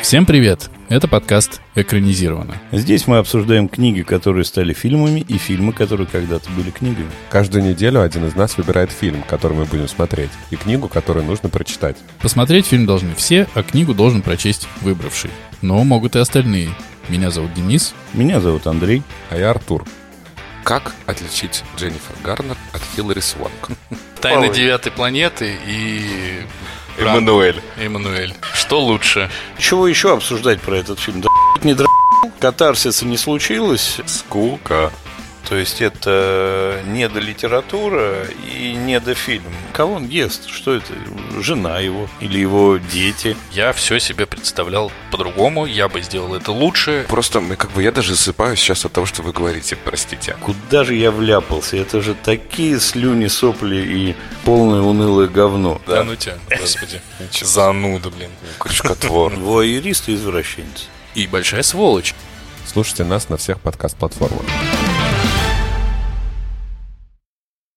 Всем привет! Это подкаст «Экранизировано». Здесь мы обсуждаем книги, которые стали фильмами, и фильмы, которые когда-то были книгами. Каждую неделю один из нас выбирает фильм, который мы будем смотреть, и книгу, которую нужно прочитать. Посмотреть фильм должны все, а книгу должен прочесть выбравший. Но могут и остальные. Меня зовут Денис. Меня зовут Андрей. А я Артур. Как отличить Дженнифер Гарнер от Хиллари Сванк? «Тайны девятой планеты» и... Эммануэль. Эммануэль. Что лучше? Чего еще обсуждать про этот фильм? Да не дра... Катарсиса не случилось. Скука. То есть это э, недолитература и недофильм. Кого он ест? Что это? Жена его или его дети? Я все себе представлял по-другому, я бы сделал это лучше. Просто мы, как бы, я даже засыпаю сейчас от того, что вы говорите, простите. Куда же я вляпался? Это же такие слюни, сопли и полное унылое говно. Да, ну тебя, господи. Зануда, блин. Крючкотвор. Воерист и извращенец. И большая сволочь. Слушайте нас на всех подкаст-платформах.